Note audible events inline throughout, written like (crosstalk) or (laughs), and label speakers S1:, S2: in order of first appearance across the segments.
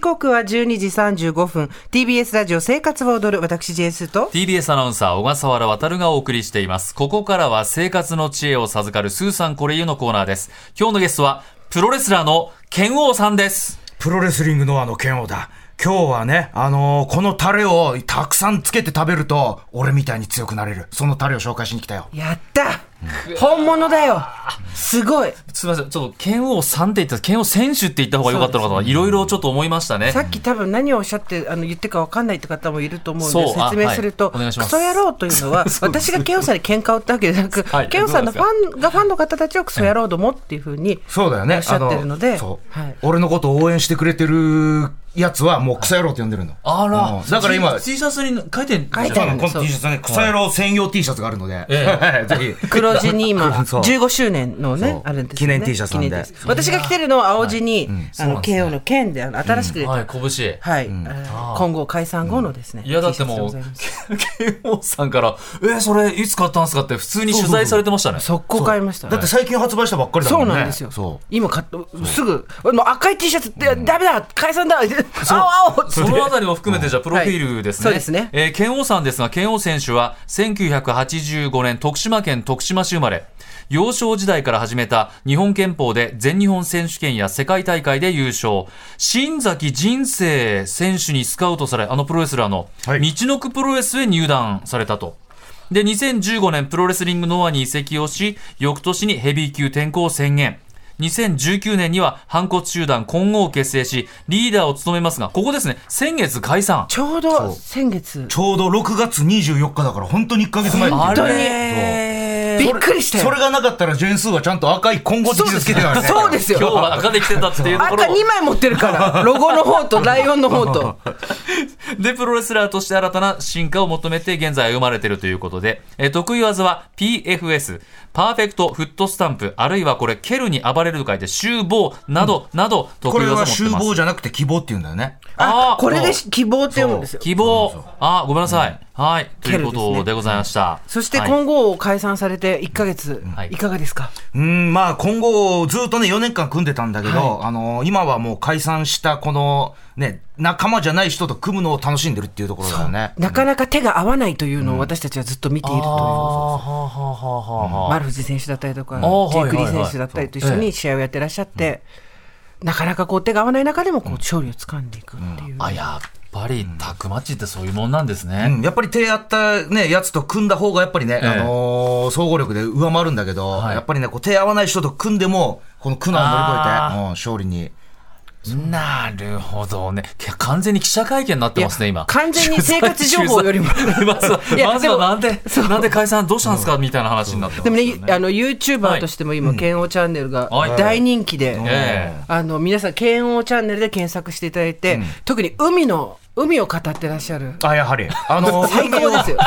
S1: 刻は12時35分 TBS ラジオ生活は踊る私 JS と
S2: TBS アナウンサー小笠原渉がお送りしていますここからは生活の知恵を授かるスーさんこれ言うのコーナーです今日のゲストはプロレスラーの剣王さんです
S3: プロレスリングのあの剣王だ。今日はね、あのーこのタレをたくさんつけて食べると、俺みたいに強くなれる。そのタレを紹介しに来たよ。
S1: やった本物だよすごい
S2: すみませんちょっと剣王さんって言ったら剣王選手って言った方が良かったのかといろいろちょっと思いましたね
S1: さっき多分何をおっしゃってあの言ってるか分かんないって方もいると思うんで
S2: そうあ
S1: 説明すると、
S2: はいお願いしま
S1: ク
S2: す
S1: ソ野郎というのは私がケオさんに喧嘩を売ったわけじゃなく、
S2: はい
S1: ケオさんのフ
S2: そうなん
S1: ァンがファンの方たちをクソ野郎どもっていうふうに
S3: そうだよね。
S1: おっしゃってるので
S3: あそう、
S1: はい
S3: 俺のことを応援してくれてるやつは、もう草野郎って呼んでるの。
S2: あら
S3: うんだから今
S2: T- T シャツに書いてん
S1: 書いて
S3: そう
S1: あ
S3: な
S1: る
S3: のこの T シャツはね、草野郎専用 T シャツがあるので、 (laughs)
S2: え
S3: ぜひ。
S1: 黒地に今
S3: そう
S1: 15周年の
S3: そ
S1: ね
S3: う
S1: あるんです
S3: 記
S1: よね
S3: 念 T シャツなんで
S1: 記念 T シャツ私が着てるのは青地に、あの KO の剣であの新しく出た、
S2: はい拳
S1: はい、あの今後解散後のですね、
S2: いやだっ
S1: T
S2: て
S1: シャツで
S2: も
S1: ご
S2: う
S1: ざいます
S2: 剣王さんからえそれいつ買ったんですかって普通に取材されてましたね
S1: 速攻買いました
S3: だって最近発売したばっかりだも
S1: そ
S3: ん
S1: う
S3: ね。
S1: なんですよ。
S3: そう。
S1: 今買った、すぐ、もう赤い T シャツって、ダメだ解散だ青青
S2: そのあたりも含めて、じゃあ、プロフィールですね。
S1: はいそうですね
S2: えー剣王さんですが、剣王選手は、1985年、徳島県徳島市生まれ。幼少時代から始めた日本拳法で全日本選手権や世界大会で優勝。新崎人生選手にスカウトされ、あのプロレスラーの、
S3: はい
S2: 道のくプロレスへ入団されたと。で、2015年プロレスリングノアに移籍をし、翌年にヘビー級転向を宣言。2019年には反骨集団混合を結成し、リーダーを務めますが、ここですね、先月解散。
S1: ちょうど先月、
S3: ちょうど6月24日だから、本当に1ヶ月前っていう
S2: あ
S1: 本当に
S2: れ
S1: びっくりした
S3: そ
S1: よ
S3: れ。がなかったら、ジェンスーはちゃんと赤い混合 T シャツつけてたからね。
S1: そうです
S2: 今
S1: よ。
S2: 日は赤で来てたっていうとこ
S1: 赤
S2: ろを
S1: 2枚持ってる
S2: (laughs)
S1: から、ロゴの方とライオンの方と。
S2: で、プロレスラーとして新たな進化を求めて現在歩まれているということで、えー得意技は PFS、パーフェクトフットスタンプ、あるいはこれ、蹴るに暴れると書いて、集棒など、など、得
S3: こ
S2: 意
S3: れ
S2: 技持
S3: は
S2: って
S3: 集
S2: ます
S3: 合。じゃなくて希望って言うんだよね。
S1: あ
S2: あ、ー
S1: これで希望って読むんですよ。
S2: 希望。あ、ごめんなさい。はい。という
S1: 蹴る
S2: こ
S1: です
S2: と
S1: ね
S2: でございました。
S1: そして
S2: はい
S1: 今後を解散されて1ヶ月
S2: はい、
S1: いかがですか
S3: うん、まあ今後ずっとね、4年間組んでたんだけど、あのー今はもう解散したこの、ね、仲間じゃない人と組むのを楽しんでるっていうところだよね。
S1: なかなか手が合わないというのを私たちはずっと見ているという。
S2: あーはあはあはあはあ
S1: 丸藤選手だったりとか、ジ
S2: あー
S1: ェイク・リ
S2: はいは
S1: ー
S2: いはい
S1: 選手だったりと一緒に試合をやってらっしゃって、なかなかこう手が合わない中でもこう勝利を掴んでいくっていう、
S2: あ、やっぱり、タクマッチってそういうもんなんです
S3: う
S2: ね。
S3: ん、やっぱり手合ったね、やつと組んだ方がやっぱりね、
S2: ええ
S3: あのー総合力で上回るんだけど、
S2: はい
S3: やっぱりね、こう手合わない人と組んでも、この苦難を乗り越えて、うん、勝利に。
S2: なるほどね。いや完全に記者会見になってますね、今。
S1: 完全に生活情報よ
S2: (laughs)
S1: りも
S2: まずは、
S1: (laughs) いや
S2: まず
S1: で
S2: は
S1: も
S2: なんで、なんで解散どうしたんですかみたいな話になってます
S1: で
S2: よ
S1: も
S2: ね。
S1: ね、あの YouTuber としても今、剣王チャンネルが
S2: はい
S1: 大人気で、
S2: え
S1: あの皆さん、剣王チャンネルで検索していただいて、特に海の、海を語ってらっしゃる、
S3: あ、や
S1: (laughs)
S3: はり。あのー
S1: 最高ですよ。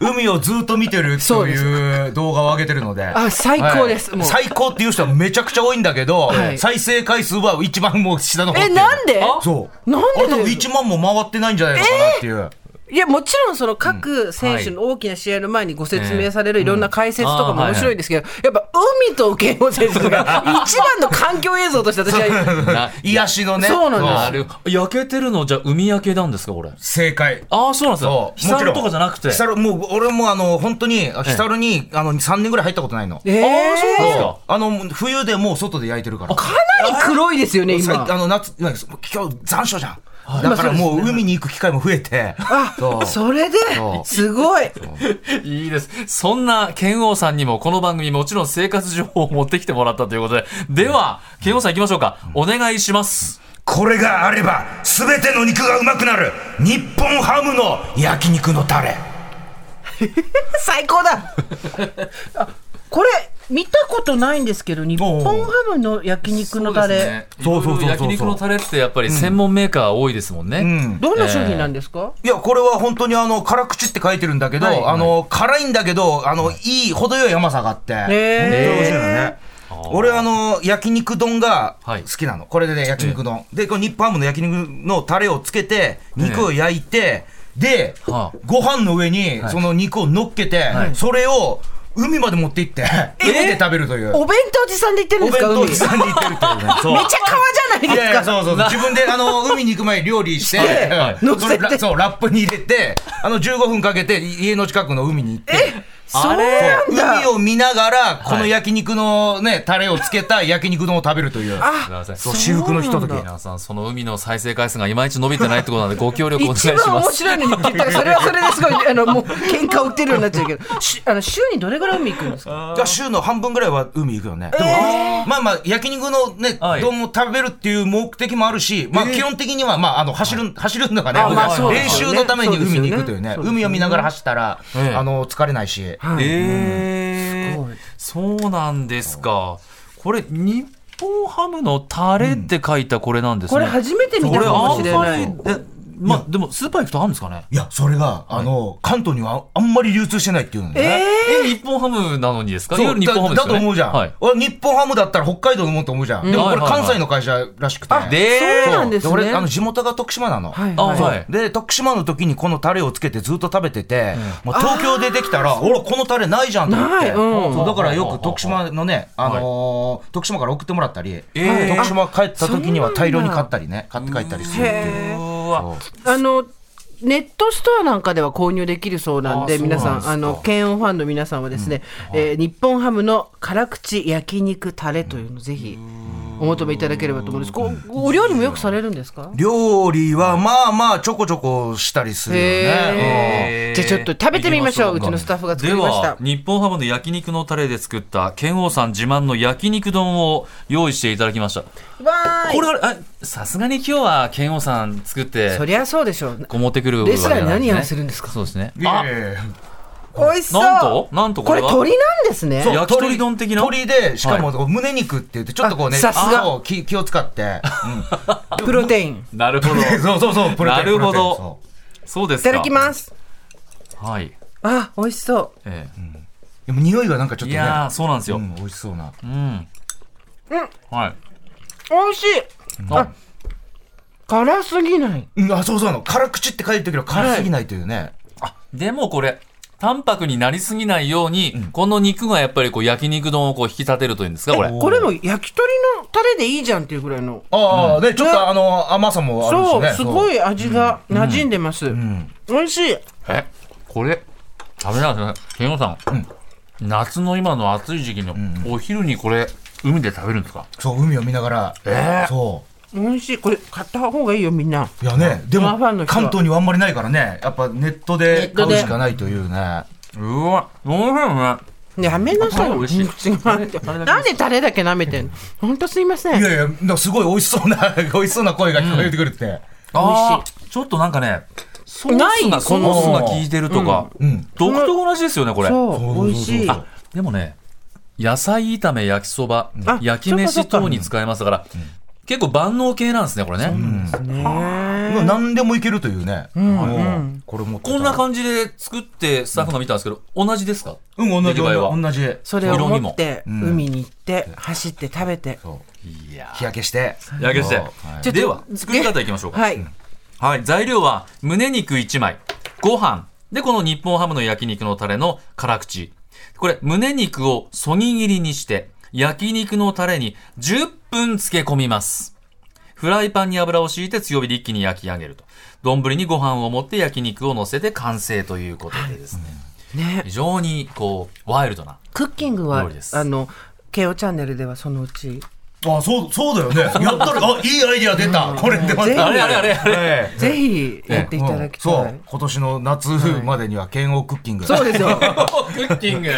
S3: 海をずっと見てる
S1: そ
S3: と
S1: うで
S3: いう動画を上げてるので。
S1: あ最高です
S3: はい
S1: もう
S3: 最高っていう人はめちゃくちゃ多いんだけど、
S1: はい
S3: 再生回数は一番もう下の方ってい
S1: え、
S3: う
S1: なんで
S3: そう。
S1: なんでだ
S3: あ
S1: よ
S3: と1万も回ってないんじゃないのかなっていう。
S1: いやもちろんその各選手の大きな試合の前にご説明されるいろんな解説とかも面白いんですけど、やっぱ海と慶応選手が一番の環境映像として
S2: (laughs)
S1: 私は。
S2: な
S3: 癒しのね。
S1: そうなんです
S2: なる焼けてるの、じゃあ海焼けなんですか、これ。
S3: 正解。
S2: ああ、そうなんですよ
S3: そ。う。
S2: ヒサルとかじゃなくて。
S3: ヒサル、もう、俺もあの、本当に、ヒサルに、あの、3年ぐらい入ったことないの。
S1: ええ
S2: あーそうなんです
S3: そ
S2: か
S1: か
S3: うあの、冬でもう外で焼いてるから。
S1: なり黒いですよね
S3: 最
S1: 今
S3: あ。の、夏、今日残暑じゃん。だからもう海に行く機会も増えて。そ
S1: あ
S3: う
S1: それで
S3: そう
S1: すごい
S2: (laughs) いいです。そんな剣王さんにもこの番組もちろん生活情報を持ってきてもらったということで。では、剣王さん行きましょうか。お願いします。
S3: これがあれば、すべての肉がうまくなる、日本ハムの焼肉のタレ。
S1: 最高だ (laughs) あこれ見たことないんですけど日本ハムの焼肉のタレ、
S3: そうそうそうそう
S2: いろいろ焼肉のタレってやっぱり専門メーカー多いですもんね。
S3: うん。
S1: どんな商品なんですか、
S3: いや、これは本当にあの、辛口って書いてるんだけど、
S1: はい
S3: あの、辛いんだけど、あの、いい、程よい甘さがあって。
S1: へー
S3: 本当に美味しいのね。俺あの、焼肉丼が好きなの。これでね、焼肉丼。で、この日本ハムの焼肉のタレをつけて、肉を焼いて、で
S2: はあ、
S3: ご飯の上にその肉を乗っけて、それを、海まで持って行って、海で食べるという。
S1: お弁当持参で行ってるん
S3: お
S1: ですか海
S3: 弁当持参で行ってるというね。そう
S1: めっちゃ川じゃない
S3: い
S1: です
S3: やい
S1: か
S3: や、そうそう。自分で、あの、海に行く前に料理して、
S2: はい
S3: うん
S1: 乗せて
S3: それラそう、ラップに入れて、あの、15分かけて、い家の近くの海に行って、
S1: そうなんだ
S3: 海を見ながら、こ
S2: は
S3: の
S2: い
S3: 焼肉のね、タレをつけた焼肉丼を食べるという。
S2: すいません
S3: そう、私服のひととき
S1: そうなんだ
S2: 皆さん、その海の再生回数がいまいち伸びてないってことなんで、ご協力お願いし
S1: 一番
S2: ま
S1: 面
S2: す。
S1: 白いのにって言ったらそれはそれです (laughs) ごいあのもう喧嘩売ってるようになっちゃうけ (laughs) どしあの週にどれぐらい海行くんですか
S3: じゃあ週の半分ぐらいは海行くよね。でも、まあまあ、焼肉のね、
S2: はい
S3: 丼を食べるっていう目的もあるし、まあ基本的には、まあ、あの、走る、走るのがね、
S1: あ
S3: 僕
S1: まあそうで
S3: 練
S1: すよね
S3: 習のために海に行くというね、
S1: そうですよね
S3: 海を見ながら走ったら、
S2: ええ
S3: あの、疲れないし。
S1: うんすごい
S2: えー、そうなんですか。これ、日本ハムのタレって書いたこれなんです
S1: こ
S2: ね。
S1: れ初めて見
S2: こ
S1: た
S2: れ
S1: か
S2: あ
S1: も
S2: ん
S1: しれ
S2: ま
S1: な
S2: り
S1: い、
S2: えまあ、でもスーパー行くとあるんですかね。
S3: いや、それが、あの、関東にはあんまり流通してないっていうのね。
S2: え、日本ハムなのにですかいわゆる日本ハムで
S3: だ
S2: すよね
S3: だと思うじゃん、
S2: はい。
S3: 俺日本ハムだったら北海道のもんと思うじゃん、でもこ
S2: はい
S3: れ
S2: はいはい
S3: 関西の会社らしくて、
S2: で
S1: そうなんですね
S3: 俺あの地元が徳島なの、
S1: はい
S2: あ、
S1: はい
S2: はい。
S3: で徳島の時にこのタレをつけてずっと食べてて、もう東京出てきたら俺このタレないじゃんと思っ
S1: な
S3: て、
S1: いうん
S3: そうだからよく徳島のね、あのー徳島から送ってもらったり、
S2: えー
S3: 徳島帰った時には大量に
S1: そうなん
S3: 買
S1: だ
S3: ったりね買って帰ったりするっていう。
S1: へ
S2: う
S1: ー
S2: ーわ。
S1: あのネットストアなんかでは購入できるそうなんで
S2: あそう
S1: 皆
S2: なんですか
S1: さんあの検温ファンの皆さんはですね、えー日本ハムの辛口焼肉タレというのをぜひお求めいただければと思うんですこうお料理もよくされるんですか
S3: 料理はまあまあちょこちょこしたりするよね。
S1: へーじゃあちょっと食べてみましょううちのスタッフが作りまし
S2: で
S1: た
S2: は日本ハムの焼肉のタレで作った剣王さん自慢の焼肉丼を用意していただきました
S1: わーい
S2: これはあさすがに今日は剣王さん作って
S1: そりゃそうでしょう
S2: こう持ってくるわけ
S1: レ
S2: じ
S1: ス
S2: ゃ
S1: ラー
S2: ない
S1: に何やら
S2: ね
S1: せるんですか
S2: そうですね
S3: うん
S2: あ
S3: いやいやいや
S1: 美味しそう
S2: なんとなんと
S1: こ
S2: こ
S1: れ
S2: れは
S1: 鳥なんですね
S2: 焼き鳥丼的な
S3: 鳥で、しかもこう胸肉って言って、ちょっとこうね、
S1: あさすが
S3: そう気気を使って。
S1: プロテインい
S2: なる
S1: (laughs)
S2: ほど
S3: そうそうそう、プロテ
S2: な
S3: イン
S2: るほど
S3: プロテインそ
S2: そうですか
S1: ただきます
S2: はい、
S1: あ美味しそ
S2: ええ
S3: うでも匂いがなんかちょっ
S2: い
S3: とね、
S2: やーそうなんですよ、
S3: うん、美味しそうな。
S2: うん。はい。
S1: う美味しい
S2: あ、
S1: 辛すぎない
S3: うん、あ、そうそうなの。辛口って書いてるけど、辛すぎないというね。
S2: でもこれ、淡白になりすぎないように、この肉がやっぱりこう焼肉丼をこう引き立てるというんですか、これ。
S1: これも焼き鳥のタレでいいじゃんっていうぐらいの
S3: ああ、ね、ちょっとあの、甘さもあるし
S1: そう
S3: ね。
S1: すごい味が馴染んでます美味しい
S2: え、これ、食べないですね。ケンゴさん,、夏の今の暑い時期のお昼にこれ、海で食べるんですか
S3: そう。そう、海を見ながら。
S2: えー
S3: そ
S1: 美味しいこれ買った方がいいよみんな
S3: う。いやね、で
S1: まあ
S3: も、
S1: ファンの人
S3: 関
S1: は
S3: 東にはあんまりないからね、やっぱネット
S1: ネ
S3: で
S1: ッ
S3: 買
S1: トで
S3: うしかないというね。
S2: うわ、美味しいね。
S1: やめなさい
S2: あ
S1: よ
S2: 美味しい
S1: 口が回ってなんでタレだけ舐めてんのほんとすいません
S3: い
S1: 美味し
S3: やいや、なんかすごい美味しそうな、 (laughs) 美味しそうな声が聞こえてくるって。
S2: あーちょっとなんかね、ソー
S1: ない
S2: スが、ソ
S1: そん
S3: な
S2: ースが効いてるとか、
S3: うん。
S2: 独特な味ですよね、こ
S1: い
S2: れ。
S1: そう美味しい
S2: あでもね野菜炒め焼きそば
S1: あ
S2: 焼き
S1: そっ
S2: 飯
S1: かそっか
S2: 等に使えますから、結構万能系なんですねこれね、
S1: ね
S3: まあ何でもいけるというね。うん。これも
S2: こんな感じで作ってスタッフが見たんですけど、同じですか
S3: うん、同
S2: 出
S3: じ、
S2: 来栄えは
S3: 同じ。
S1: それを
S2: 色に
S1: 持
S2: も
S1: って
S3: ん
S1: 海に行って走って食べて
S2: いや
S3: 日焼けして。
S2: 焼けして、
S3: はい
S1: ちょっと
S2: では作り方いきましょうか、
S1: はい
S2: はい、材料は胸肉1枚ご飯でこの日本ハムの焼肉のタレの辛口これ胸肉をそぎ切りにして焼肉のタレに10分漬け込みますフライパンに油を敷いて強火で一気に焼き上げると丼にご飯を持って焼肉を乗せて完成ということでですね
S1: ね
S2: 非常にこうワイルドな
S1: クッキング
S2: 料
S1: は
S2: 理です
S1: あの KO チャンネルではそのうち
S3: あ、そう、そうだよね。やったら、あ、いいアイディア出た。これでま
S1: ぜひ
S3: た。
S2: あれあれあれあれ
S3: ええ
S1: ぜひやっていただきた
S3: そ、
S1: いう
S3: 今年の夏までには剣王クッキング。
S1: そうですよ
S2: (laughs) (laughs) クッキング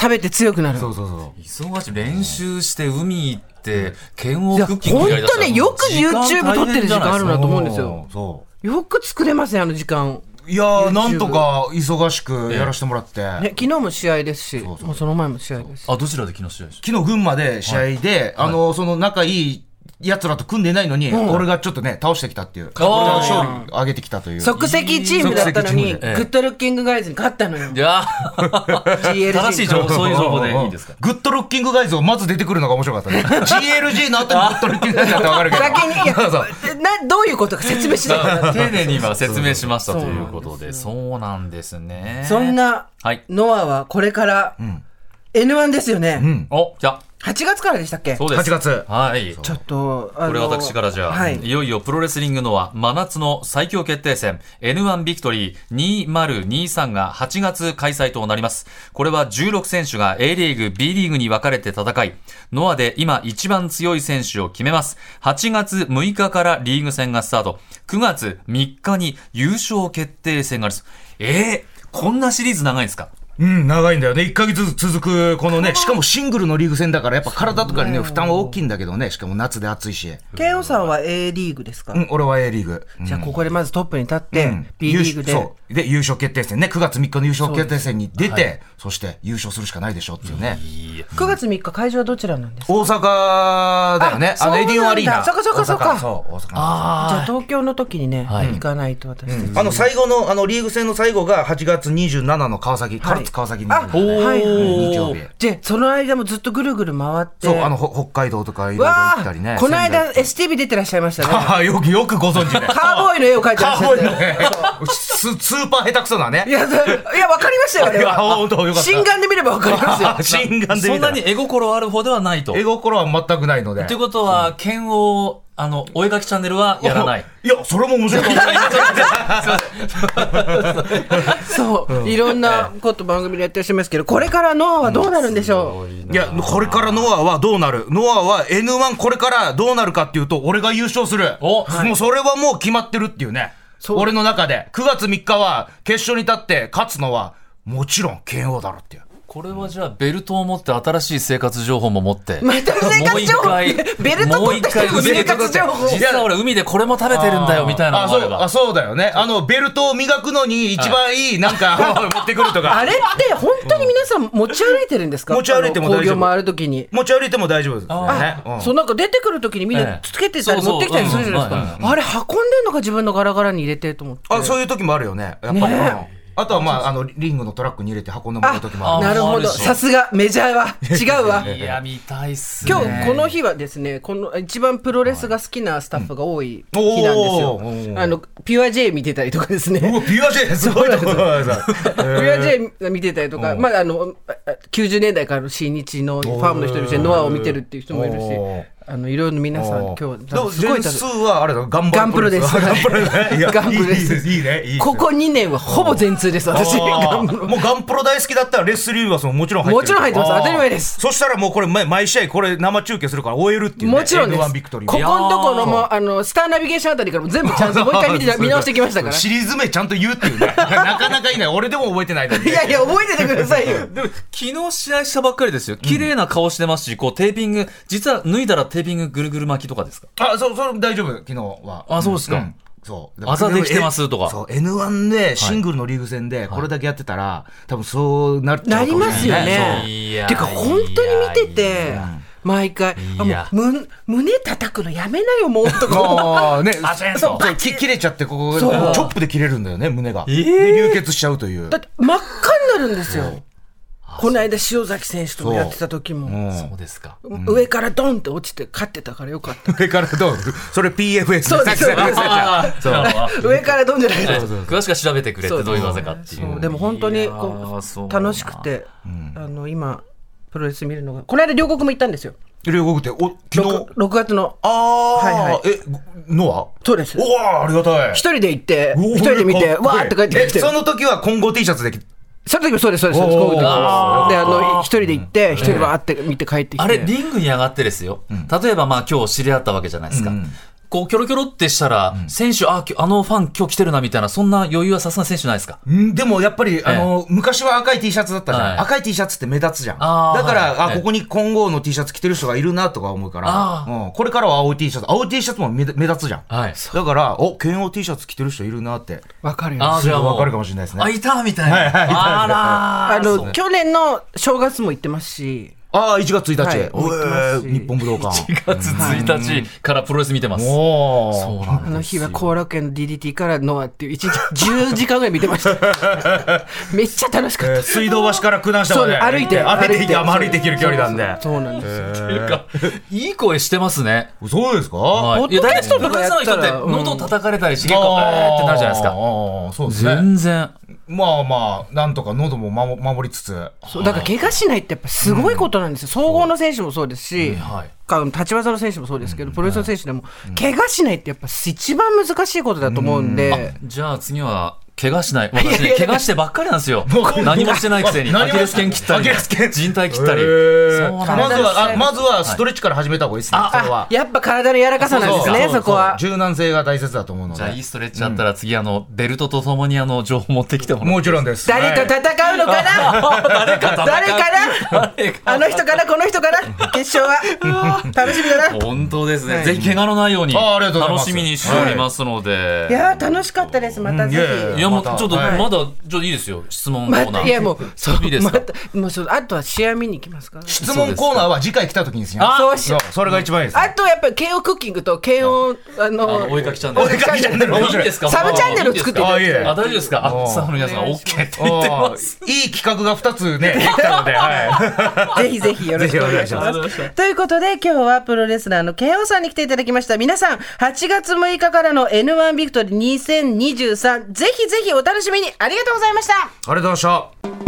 S1: 食べて強くなる
S3: そうそうそう。
S2: 忙しい練習して海行って剣を
S1: いや
S2: クッキングやりだしたら
S1: 本当ねよく YouTube 撮ってる時間あるな
S3: だ
S1: と思うんですよ。
S3: そ
S1: よく作れますねあの時間
S3: う。いやー、なんとか忙しくやらせてもらって。
S1: ね、昨日も試合ですし、
S3: そうそう
S1: もうその前も試合ですし。
S2: あどちらで昨日試合でした
S3: 昨日群馬で試合で、あの、その仲いい奴らと組んでないのに、俺がちょっとね、倒してきたっていう。俺が勝利上げてきたという。
S1: 即席チームだったの
S3: 即席チ
S1: に、
S3: ーム
S1: グ
S3: で
S2: ええ
S1: ッドルッキングガイズに勝ったのよ。
S2: いや
S1: GLG
S2: 正しい情報そういう情報で (laughs) いいですか
S3: グッドルッキングガイズをまず出てくるのが面白かった
S1: (laughs)
S3: ね。GLG の後にグッドルッキングガイズだってわかるけど。
S1: 先に、いや、
S3: (laughs) そうそう
S1: な、どういうことか説明しながら。
S2: (laughs) 丁寧に今説明しましたということでそうなんですね
S1: そんな、
S2: はい
S1: ノアはこれから、 N1 ですよね、
S3: うん。
S2: お、じゃあ、
S1: 8月からでしたっけ
S2: そうです。
S3: 8月。
S2: はい。
S1: ちょっとあの
S2: これ私からじゃあ、、
S1: はいい、
S2: よいよプロレスリングのは真夏の最強決定戦 N1 ビクトリー2023が8月開催となります。これは16選手が A リーグ、B リーグに分かれて戦い、ノアで今一番強い選手を決めます。8月6日からリーグ戦がスタート。9月3日に優勝決定戦があるんです。えー、こんなシリーズ長いんですか
S3: うん、長いんだよね。1ヶ月続く、このね、しかもシングルのリーグ戦だから、やっぱ体とかにね、負担は大きいんだけどね。しかも夏で暑いし。
S1: 慶応さんは A リーグですか、
S3: うん、俺は A リーグ。うん
S1: じゃあここでまずトップに立って、
S3: うん
S1: B リーグで
S3: 優勝そうで優勝決定戦ね9月3日の優勝決定戦に出てそ,、して優勝するしかないでしょっていうね、
S1: 9月3日会場はどちらなんですか
S3: 大
S1: あそうなんだ
S3: 阪だよねあのエディオンアリーナ
S1: そっかそっかそっか
S3: 大阪そう大阪
S1: じゃあ
S2: あ
S1: 東京の時にね、
S2: はい
S1: 行かないと私たち、
S3: あの最後のあのリーグ戦の最後が8月27の川崎、
S1: はい
S3: 唐津川崎に
S1: あ
S3: なるんだよね
S1: はいはい
S2: おー
S3: 日曜日
S1: じゃあその間もずっとぐるぐる回って
S3: そうあのほ北海道とかいろいろ
S1: わ
S3: 行ったりね
S1: あこの間
S3: 仙台
S1: STV 出てらっしゃいましたね
S3: (laughs) よくよくご存知で
S1: カーボーイの絵を描いて
S3: カ
S1: らっし
S3: ー
S1: ゃっ
S3: ボー
S1: て
S3: イのねススーパー下手くそないね
S1: や、そいや、わかりましたよ、あれ
S3: いや本当
S1: は。
S3: よかった。
S1: 心眼で見ればわかりますよ
S3: 心眼で見た
S2: あ、
S3: ら
S2: そんなに絵心ある方ではないと。
S3: 絵心は全くないので
S2: ということは、剣を、あの、お絵描きチャンネルはやらない。
S3: いやそれも面白い
S1: そう、いろんなこと番組でやってらっしゃいますけど、これからノアはどうなるんでしょう。
S3: いや、これからノアはどうなるノアは N1 これからどうなるかっていうと、俺が優勝する。
S2: お
S3: もうそれはもう決まってるっていうね。
S1: う
S3: 俺の中で。9月3日は決勝に立って勝つのは、もちろん KO だろっていう。
S2: これはじゃあ、ベルトを持って新しい生活情報も持って。
S1: また生活情報
S2: もう一回
S1: ベルト
S2: もう
S1: 取っ
S2: 一
S1: た
S2: 回
S1: 人の生活情報
S2: 実は俺、海でこれも食べてるんだよ、みたいな
S3: あ
S2: のもあ
S3: そ
S2: れ
S3: うあ、
S2: ば。
S3: そうだよね。あの、ベルトを磨くのに一番いい、なんか、持ってくると
S1: あ
S3: か。
S1: れって本当に皆さん持ち歩いてるんですか
S3: 持ち歩いても大
S1: あ
S3: 丈夫
S1: の工業回るときに。
S3: 持ち歩いても大丈夫ですよね。うん
S1: そうなんか出てくるときにみん
S2: え
S1: な
S2: え
S1: つけてたり
S2: そうそう
S1: 持ってきたりするじゃないです
S2: うんうん
S1: か。あれ運んでんのか自分のガラガラに入れてと思って。
S3: あ、そういう時もあるよね。やっぱり。うんあとは、まあ、あの、リングのトラックに入れて運んでもらう時もある
S2: あ。
S1: なるほど。
S2: あそうです
S1: さすがメジャーは違うわ。
S2: いや、見たいっすね。
S1: 今日この日はですね、この一番プロレスが好きなスタッフが多い日なんですよ。
S3: うんおー
S1: あのピュア J 見てたりとかですね。
S3: うわ、ピュア J すごいとこだな。
S1: (laughs) ピュア J が見てたりとか、
S3: うん
S1: まああのああ90年代からの新日のファンの人にしてノアを見てるっていう人もいるし
S3: おー、
S1: あのいろいろ皆さん今日
S3: でも
S1: はすごい楽
S3: 全
S1: し
S3: 数
S1: い
S3: はあれだガン
S1: ガンプロです
S3: あガンプ
S1: (laughs)
S3: ロですねいや
S1: ガンプロです
S3: いいいいいねいいね
S1: ここ2年はほぼ全通です私。
S3: あ
S1: ガンプ
S3: ーもうガンプロ大好きだったらレスリーはそのもちろん入ってる
S1: もちろん入ってます
S3: あー
S1: 当たり前です
S3: そしたらもうこれ毎毎試合これ生中継するから終えるっていうね
S1: もちろんです。
S3: N1 ビクト
S1: ここ
S3: リー
S1: のところもあのスターナビゲーションあたりからも全部ちゃ
S3: (laughs)
S1: んともう一回見て見直してきましたから。
S3: シリーズ名ちゃんと言うっていうねなかなかいない俺でも覚えてないのに
S1: いやいや覚えててくださいよ。
S2: でも昨日試合したばっかりですよ。綺麗な顔してますし、こうテーピング、実は脱いだらテーピングぐるぐる巻きとかですか
S3: あそうそれ大丈夫昨日は
S2: あそうですか
S3: んそう
S2: あざできてますとか
S3: そう N1 でシングルのリーグ戦でこれだけやってたら、多分そうなっちゃ
S1: な
S3: うか
S1: り
S3: もしれ
S1: ま
S3: ない
S1: すよね。
S2: いや
S1: てか本当に見て
S2: い
S1: て
S2: や
S1: 毎回あ
S2: い
S1: も
S2: や
S1: うむ胸叩くのやめなよもうとか。
S3: ああね、
S2: あそう
S3: そうそうき切れちゃってここチ
S1: そう
S3: ョップで切れるんだよね胸が、
S2: えー
S3: で流血しちゃうという
S1: だって真っ赤になるんですよ。この間塩崎選手ともやってた時も。
S3: うん
S2: そうですか。
S1: 上からドンって落ちて勝ってたからよかった。
S3: 上からどうそれ PFS で
S1: そう
S3: (laughs)
S1: です
S3: さ
S1: そう
S3: っきさ
S1: です
S3: あ
S2: (laughs)
S3: ーそう
S2: あー
S1: 上からドンじゃないです
S2: 詳しくは調べてくれってどういう技かっていう。
S1: そうでも本当
S2: い
S1: に
S2: やーそ
S1: こ
S2: う
S1: う楽しくて、あの今プロレス見るのがこの間両国も行ったんですよ
S3: 両国ってお昨日
S1: 6, 月の
S3: ああ、
S1: はいはい
S3: えノア
S1: そうです
S3: おおありがたい
S1: 一人で行って
S3: おー
S1: 一人で見て
S3: かこいい
S1: わーって帰ってきて
S3: えその時は混合 T シャツで
S1: その時もそうですそうですそうです
S3: おー
S1: こういう時も
S2: あー
S1: であの一人で行って一人わーって見て帰ってきて
S2: あれ、リングに上がってですよ。例えば、まあ、今日知り合ったわけじゃないですか。こう、キョロキョロってしたら、選手、あ、きょあのファン今日来てるな、みたいな、そんな余裕はさすがに選手ないですか
S3: んでもやっぱり、あの、昔は赤い T シャツだったじゃん。
S2: はい
S3: 赤い T シャツって目立つじゃん。だ
S2: あー
S3: から、
S2: はい
S3: あ、ここに混合の T シャツ着てる人がいるなとか思うから
S2: あ、
S3: うん、これからは青い T シャツ。青い T シャツも目目立つじゃん。
S2: はい
S3: だから、お、剣王 T シャツ着てる人いるなって。
S1: わかるよ
S2: あーじゃあもう
S3: わかるかもしれないですね
S2: あ、いたみたいな。
S3: はいはい
S2: あらー
S1: あ
S2: そう
S1: の去年の正月も行ってますし
S3: ああ、1月1日。
S1: はい
S3: えー日本武道 (laughs) 館。
S2: 4月1日からプロレス見てます。
S3: おお。
S2: そうなんです
S1: あの日は後楽園の DDT からノアっていう一
S3: (laughs)
S1: 日10時間ぐらい見てましためっちゃ楽しかった、
S3: 水道橋から九段下
S1: そ
S3: ま
S1: う
S3: で。
S1: 歩いて
S3: 歩いて行け、あまあ歩いて行ける距離なんで。
S1: そうなんですよ
S2: っていうか、いい声してますね。
S3: そうですか
S2: はい
S1: ポッドキャストとかやったら
S2: いや大体プロレスラーの人って喉叩かれたりして結
S3: あ
S2: 構、
S3: ー
S2: えーってなるじゃないです
S3: あ
S2: か。
S3: ーそうですね。
S2: 全然。
S3: まあまあ、なんとか喉も守守りつつ。
S1: そうだから怪我しないってやっぱすごいことなんですよ、総合の選手もそうですし、
S2: はい
S1: か立ち技の選手もそうですけど、プロレスの選手でも、怪我しないってやっぱ一番難しいことだと思うんで、
S2: じゃあ次は、怪我しない。私ね、怪我してばっかりなんですよ。何もしてないくせに。
S3: 何
S2: ア
S3: も
S2: キレス腱切ったり
S3: アキレス腱、
S2: 人体切ったり。
S3: へ
S2: そ
S3: ー
S2: う
S3: ま
S2: なんで
S3: ず
S2: す
S3: は、あまずはストレッチから始めた方がいいですね。それは。
S1: やっぱ体の柔らかさなんですね、
S3: うう
S1: そこは。
S3: 柔軟性が大切だと思うの
S2: じゃあ、いい
S3: で。
S2: ストレッチあったら次、あの、ベルトとともに、あの、情報持ってきてもらって。
S3: もちろんです。
S1: 誰と
S3: はい
S1: 戦うのかな誰
S2: か戦う
S1: か
S2: 誰
S1: なあの人かなこの人かな決勝は。楽しみだな。
S2: 本当ですね。ぜひ、怪我のないように、
S3: あありがとうござい
S2: 楽
S3: ます
S2: しみにしておりますので。
S1: いやー楽しかったです。またぜ
S3: うんいやいや
S1: ひ
S2: い。や、もう、ちょっと、ま
S3: はい
S2: だ、ちょっといいですよ。質問コ
S1: ま
S2: ーナ
S1: た
S2: ー。
S1: いやもうそう
S2: いいです
S1: ま
S2: か
S1: たもうそうあとは試合見に行きますから。
S3: 質問コーナーは次回来た時にですね。
S2: あ
S1: そうし
S3: そう、それが一番いいです。
S1: あとやっぱり慶応クッキングと慶応あ
S2: あの、お
S1: の
S2: 絵かきチャンネル。
S3: お絵かきチャンネル面白い
S2: いいんですか
S1: サブチャンネルを作っていただいて
S2: いいんですか
S3: あ
S2: あ、大丈夫ですか
S3: う
S2: あ、
S3: ん
S2: スタッフの皆さん、
S1: お願
S2: OK
S1: い
S2: っ
S1: してま
S2: 言ってます。
S3: あーいい企画が2つね、できた
S2: (laughs)
S3: ので、は
S1: (laughs) ぜひ
S3: い。
S1: ぜひよろしくお願いしま
S2: ぜひお願いし
S1: す。ということで今日はプロレスラーの慶応さんに来ていただきました。皆さん8月6日からの N1 ビクトリー2023ぜひぜひお楽しみにありがとうございました。
S3: ありがとうございました。